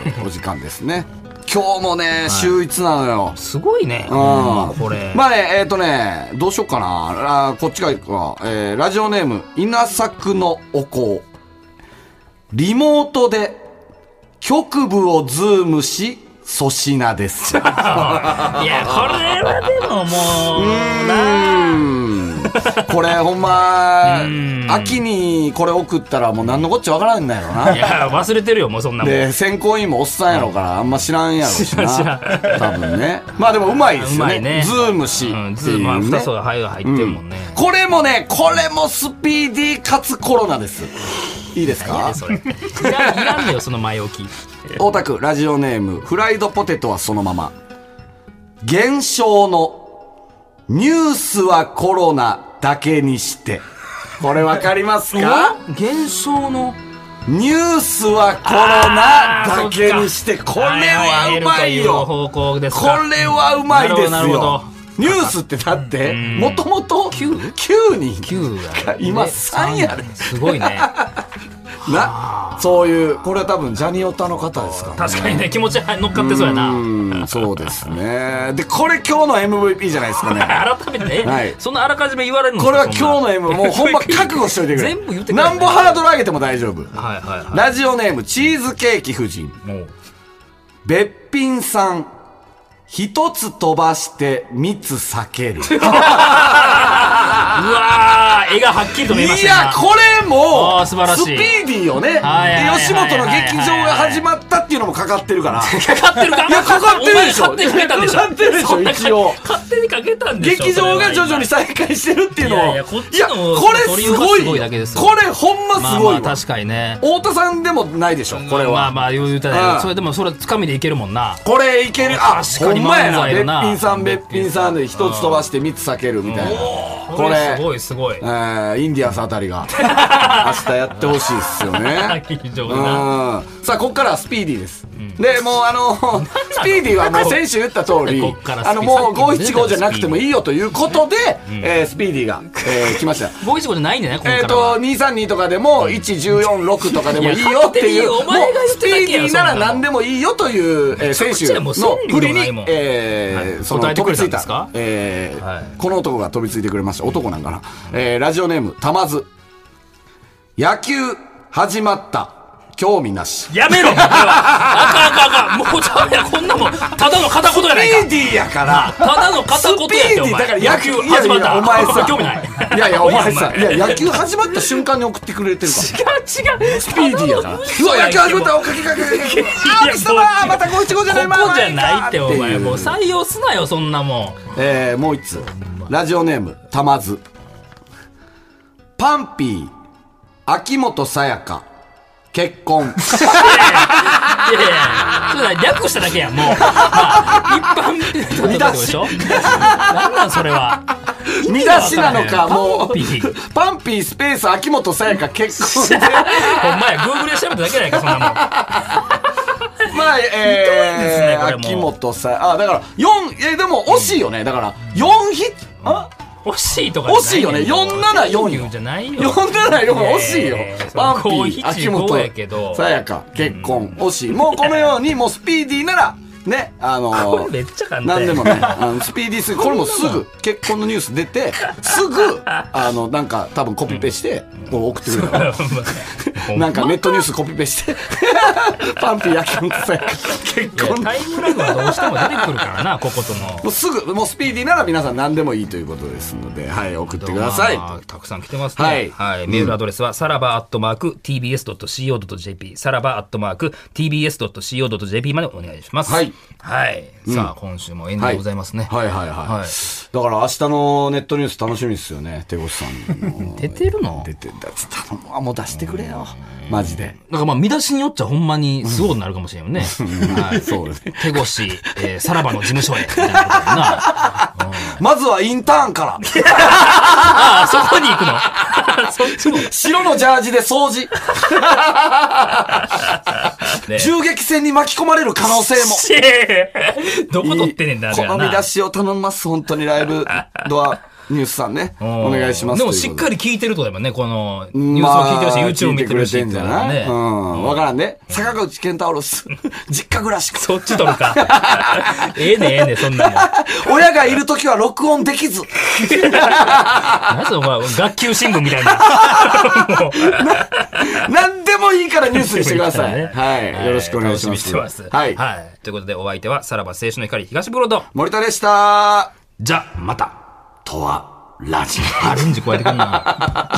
[SPEAKER 3] えーお時間ですね。今日もね、秀逸なのよ。
[SPEAKER 2] すごいね。
[SPEAKER 3] うん
[SPEAKER 2] これ。
[SPEAKER 3] まあね、えっ、とね、どうしようかな。あーこっちがいいか。えー、ラジオネーム、稲作のお香。リモートで、局部をズームし、粗品です。う
[SPEAKER 2] いや、これはでももう、なあ
[SPEAKER 3] ーんこれほんま、秋にこれ送ったらもう何のこっちゃわからんのやろ
[SPEAKER 2] い
[SPEAKER 3] な。
[SPEAKER 2] や、忘れてるよ、もうそんなもん。
[SPEAKER 3] で、選考委員もおっさんやろから、あんま知らんやろしな。
[SPEAKER 2] 知らん
[SPEAKER 3] 多分ね。まあでもうまいです
[SPEAKER 2] う
[SPEAKER 3] よ
[SPEAKER 2] まいね
[SPEAKER 3] ね。。ズームし、
[SPEAKER 2] うん
[SPEAKER 3] って
[SPEAKER 2] ズー
[SPEAKER 3] い
[SPEAKER 2] ムは
[SPEAKER 3] う
[SPEAKER 2] 2
[SPEAKER 3] ね
[SPEAKER 2] つ。が入ってるもんね。
[SPEAKER 3] これもね、これもスピーディーかつコロナです。いいです
[SPEAKER 2] いや
[SPEAKER 3] か
[SPEAKER 2] それ。いらんいらんのよ、その前 置き。
[SPEAKER 3] 大田区ラジオネーム、フライドポテトはそのまま。減少の、ニュースはコロナだけにして。これわかりますか
[SPEAKER 2] 減少の。
[SPEAKER 3] ニュースはコロナだけにして。これはうまいよ。
[SPEAKER 2] 方向です
[SPEAKER 3] こ
[SPEAKER 2] か
[SPEAKER 3] れはうまいです
[SPEAKER 2] なるほどなる
[SPEAKER 3] よ
[SPEAKER 2] ほど。
[SPEAKER 3] ニュースってだって、もともと9人。
[SPEAKER 2] 九が
[SPEAKER 3] 今
[SPEAKER 2] ね
[SPEAKER 3] 3やで。
[SPEAKER 2] すごいね。
[SPEAKER 3] な、そういう、これは多分ジャニオタの方ですかね。
[SPEAKER 2] 確かにね、気持ちは乗っかってそうやな。
[SPEAKER 3] うん、そうですね。で、これ今日の MVP じゃないです かね。
[SPEAKER 2] 改めて、
[SPEAKER 3] はい
[SPEAKER 2] そのあらかじめ言われるの
[SPEAKER 3] これは今日の
[SPEAKER 2] M
[SPEAKER 3] MVP、もうほ んま覚悟しといてくれ。
[SPEAKER 2] 全部言ってくれ
[SPEAKER 3] なんぼハードル上げても大丈夫。
[SPEAKER 2] はいはいは
[SPEAKER 3] ラジオネーム、チーズケーキ夫人。
[SPEAKER 2] い。もう、
[SPEAKER 3] べっぴんさん。一つ飛ばして三つ避ける。
[SPEAKER 2] うわー、絵がはっきりと見えまし
[SPEAKER 3] い
[SPEAKER 2] たよ
[SPEAKER 3] や、これ
[SPEAKER 2] あ
[SPEAKER 3] も、
[SPEAKER 2] ー素晴らしい
[SPEAKER 3] スピーディーよね。
[SPEAKER 2] はいはいはいはいはい
[SPEAKER 3] で、吉本の劇場が始まったっていうのもかかって るから。
[SPEAKER 2] かかってるか
[SPEAKER 3] いやかかってるでしょ
[SPEAKER 2] お前勝手にかけたんでしょ
[SPEAKER 3] かかってるでしょ
[SPEAKER 2] そんな
[SPEAKER 3] 一応
[SPEAKER 2] 勝手にかけたんでしょ
[SPEAKER 3] 劇場が徐々に
[SPEAKER 2] そ
[SPEAKER 3] 再開してるっていうの
[SPEAKER 2] い
[SPEAKER 3] を。
[SPEAKER 2] やいやこっちの
[SPEAKER 3] これすご
[SPEAKER 2] 取りようがすご
[SPEAKER 3] いよ。
[SPEAKER 2] いだけですよ
[SPEAKER 3] これほん
[SPEAKER 2] れ
[SPEAKER 3] ま
[SPEAKER 2] は
[SPEAKER 3] すごい
[SPEAKER 2] まあ
[SPEAKER 3] わ。
[SPEAKER 2] まあ確かにね
[SPEAKER 3] 太田さんでもないでしょ、これ
[SPEAKER 2] まあ
[SPEAKER 3] は。
[SPEAKER 2] まあ言うた
[SPEAKER 3] う
[SPEAKER 2] ら
[SPEAKER 3] ん
[SPEAKER 2] それでもそれつかみでいけるもんな
[SPEAKER 3] これいける。あ、
[SPEAKER 2] 確
[SPEAKER 3] ほ
[SPEAKER 2] かに
[SPEAKER 3] んまやな。
[SPEAKER 2] 漫
[SPEAKER 3] べ
[SPEAKER 2] 才だ
[SPEAKER 3] っ
[SPEAKER 2] な
[SPEAKER 3] ぴんさん、べっぴんさん
[SPEAKER 2] べ
[SPEAKER 3] で
[SPEAKER 2] っ
[SPEAKER 3] 一
[SPEAKER 2] ぴん
[SPEAKER 3] つ
[SPEAKER 2] さん
[SPEAKER 3] 飛ばして三つ避けるみたいな。これ
[SPEAKER 2] す、ごいすごい
[SPEAKER 3] えーインディアンスあたりが、明日やってほしいですよね。
[SPEAKER 2] 劇場
[SPEAKER 3] う
[SPEAKER 2] が
[SPEAKER 3] ん。ささあ、ここからはスピーディーです。で、もうあの、スピーディーはもう先週言った通り
[SPEAKER 2] こっから、スピ
[SPEAKER 3] あの、
[SPEAKER 2] さ
[SPEAKER 3] もう
[SPEAKER 2] っきも
[SPEAKER 3] 575
[SPEAKER 2] 出た
[SPEAKER 3] じゃなくてもいいよということで、えースピーディーが、えー来ました。
[SPEAKER 2] 僕一個じゃないんだよね、今
[SPEAKER 3] え
[SPEAKER 2] 回
[SPEAKER 3] っ、
[SPEAKER 2] は。
[SPEAKER 3] と、232とかでも、1146とかでもいいよってい
[SPEAKER 2] いや
[SPEAKER 3] う、
[SPEAKER 2] 勝手にお
[SPEAKER 3] も
[SPEAKER 2] 前が
[SPEAKER 3] う
[SPEAKER 2] 言っ
[SPEAKER 3] ス
[SPEAKER 2] て
[SPEAKER 3] ピ
[SPEAKER 2] たけ
[SPEAKER 3] ー
[SPEAKER 2] や
[SPEAKER 3] ディーなら
[SPEAKER 2] そんなの
[SPEAKER 3] 何でもいいよという、えー選手
[SPEAKER 2] も
[SPEAKER 3] の
[SPEAKER 2] うそ
[SPEAKER 3] 振
[SPEAKER 2] んなの
[SPEAKER 3] りに
[SPEAKER 2] ないもん、
[SPEAKER 3] え
[SPEAKER 2] は
[SPEAKER 3] ー
[SPEAKER 2] い
[SPEAKER 3] その
[SPEAKER 2] 答えて
[SPEAKER 3] 飛
[SPEAKER 2] く
[SPEAKER 3] び
[SPEAKER 2] れたん
[SPEAKER 3] つい
[SPEAKER 2] で
[SPEAKER 3] た
[SPEAKER 2] すか、
[SPEAKER 3] えー
[SPEAKER 2] はい
[SPEAKER 3] この男が飛びついてくれました。男なんかな。えーラジオネーム、たまず。野球、始まった。興味なし。ス
[SPEAKER 2] やめろこれはあかんあかんあかんもうダメだこんなもんただの片言やない
[SPEAKER 3] ピー
[SPEAKER 2] か
[SPEAKER 3] ディーやから。
[SPEAKER 2] ただの片言やってお前
[SPEAKER 3] だから野球
[SPEAKER 2] 始まった
[SPEAKER 3] いやいやお前さ
[SPEAKER 2] 興味 ない
[SPEAKER 3] いやいや、お前さ、い
[SPEAKER 2] いや
[SPEAKER 3] や、野球始まった瞬間に送ってくれてるから。
[SPEAKER 2] 違う
[SPEAKER 3] スピーディーやから。うわ、野球始まった、おかけかけかけ。あー、貴様、また515じゃない、まあ
[SPEAKER 2] ここじゃないってお前もう
[SPEAKER 3] っていう
[SPEAKER 2] 採用すなよそんなもん
[SPEAKER 3] えー、もう一つ。ラジオネーム、たまず。パンピー、秋元さやか、結 婚。
[SPEAKER 2] いやいやそれ略しただけやんもう、まあ、一般人ってことでしょ何なんそれは
[SPEAKER 3] 見出しなのか、も
[SPEAKER 2] パンピー
[SPEAKER 3] う。パンピースペース秋元さやか結 婚で。
[SPEAKER 2] ほんまや Google で調べただけやないかそんなもん
[SPEAKER 3] まあ、えー、
[SPEAKER 2] ひどいですねこれもう
[SPEAKER 3] 秋元さや、あ、だから、四えー、でも惜しいよね。だから、四ヒット、あ
[SPEAKER 2] 惜しいとかじゃな
[SPEAKER 3] 惜しいよね474よ
[SPEAKER 2] じゃないよ
[SPEAKER 3] 474惜しいよ
[SPEAKER 2] えー。
[SPEAKER 3] パンピ
[SPEAKER 2] そう
[SPEAKER 3] ー、秋元
[SPEAKER 2] 575やけど
[SPEAKER 3] さやか、結婚、惜しい。もうこのように、もうスピーディーなら、ね、あのー
[SPEAKER 2] これめっちゃ簡単
[SPEAKER 3] なんでもね、あのスピーディーす これもすぐ、結婚のニュース出て、す ぐ、あの、なんか、多分コピペして、こう送ってくれ たから。なんかネットニュースコピペして、 パンピー、秋元さやか、結婚
[SPEAKER 2] いやタイムラグはどうしても出てくるからなこことの
[SPEAKER 3] もうすぐ、もうスピーディーなら皆さん何でもいいということですので、はい、送ってください。
[SPEAKER 2] まあたくさん来てますね。
[SPEAKER 3] は
[SPEAKER 2] はいい。メールアドレスは、さらばアットマーク tbs.co.jp、さらばアットマーク tbs.co.jp までお願いします。
[SPEAKER 3] はい。
[SPEAKER 2] はい。さあ、今週もエンディングございますね。
[SPEAKER 3] はいはいはい。
[SPEAKER 2] はい
[SPEAKER 3] だから明日のネットニュース楽しみですよね、手越さん の
[SPEAKER 2] 出てるの
[SPEAKER 3] 出て、だ頼むわ、もう出してくれよ。マジで。
[SPEAKER 2] なんかまあ、見出しによっちゃほんまにすごいことになるかもしれんよね。はい。
[SPEAKER 3] そうね
[SPEAKER 2] 手越し、えーさらばの事務所へ。みたいなことやな
[SPEAKER 3] まずはインターンから。
[SPEAKER 2] ああ、そこに行くの そっちも。
[SPEAKER 3] 白のジャージで掃除。
[SPEAKER 2] ね
[SPEAKER 3] 銃撃戦に巻き込まれる可能性 も。
[SPEAKER 2] ちえどこ取ってねんだ、
[SPEAKER 3] いい
[SPEAKER 2] じ
[SPEAKER 3] こ
[SPEAKER 2] ゃあ
[SPEAKER 3] の
[SPEAKER 2] な
[SPEAKER 3] 見出しを頼みます、本当にライブドアニュースさんね。
[SPEAKER 2] うん
[SPEAKER 3] お願いします。
[SPEAKER 2] でもしっか
[SPEAKER 3] り。
[SPEAKER 2] り聞いてるとだもんね、この、ニュースを聞いてるし、
[SPEAKER 3] まあ
[SPEAKER 2] YouTube 見てるし
[SPEAKER 3] 聞
[SPEAKER 2] っ
[SPEAKER 3] い
[SPEAKER 2] て
[SPEAKER 3] く
[SPEAKER 2] こと
[SPEAKER 3] れてんじゃ
[SPEAKER 2] だ
[SPEAKER 3] な
[SPEAKER 2] もん
[SPEAKER 3] い
[SPEAKER 2] ね。
[SPEAKER 3] うん。わからんね。坂口健太 郎す。実家暮らしか。
[SPEAKER 2] そっち取るか。 ええねええねそんなもん。
[SPEAKER 3] 親がいるときは録音でき ず。
[SPEAKER 2] なぜお前、学級新聞みたいな。も
[SPEAKER 3] 何でもいいからニュースにしてください。
[SPEAKER 2] ね
[SPEAKER 3] はい。 よろしくお願い
[SPEAKER 2] 楽
[SPEAKER 3] しま
[SPEAKER 2] みに
[SPEAKER 3] す。
[SPEAKER 2] てます。
[SPEAKER 3] はい。
[SPEAKER 2] はい。ということで、お相手は、さらば青春の光東ブロード。
[SPEAKER 3] 森田でした。
[SPEAKER 2] じゃ、また。
[SPEAKER 3] とは、ラジオ。
[SPEAKER 2] アレンジ超えてくんな。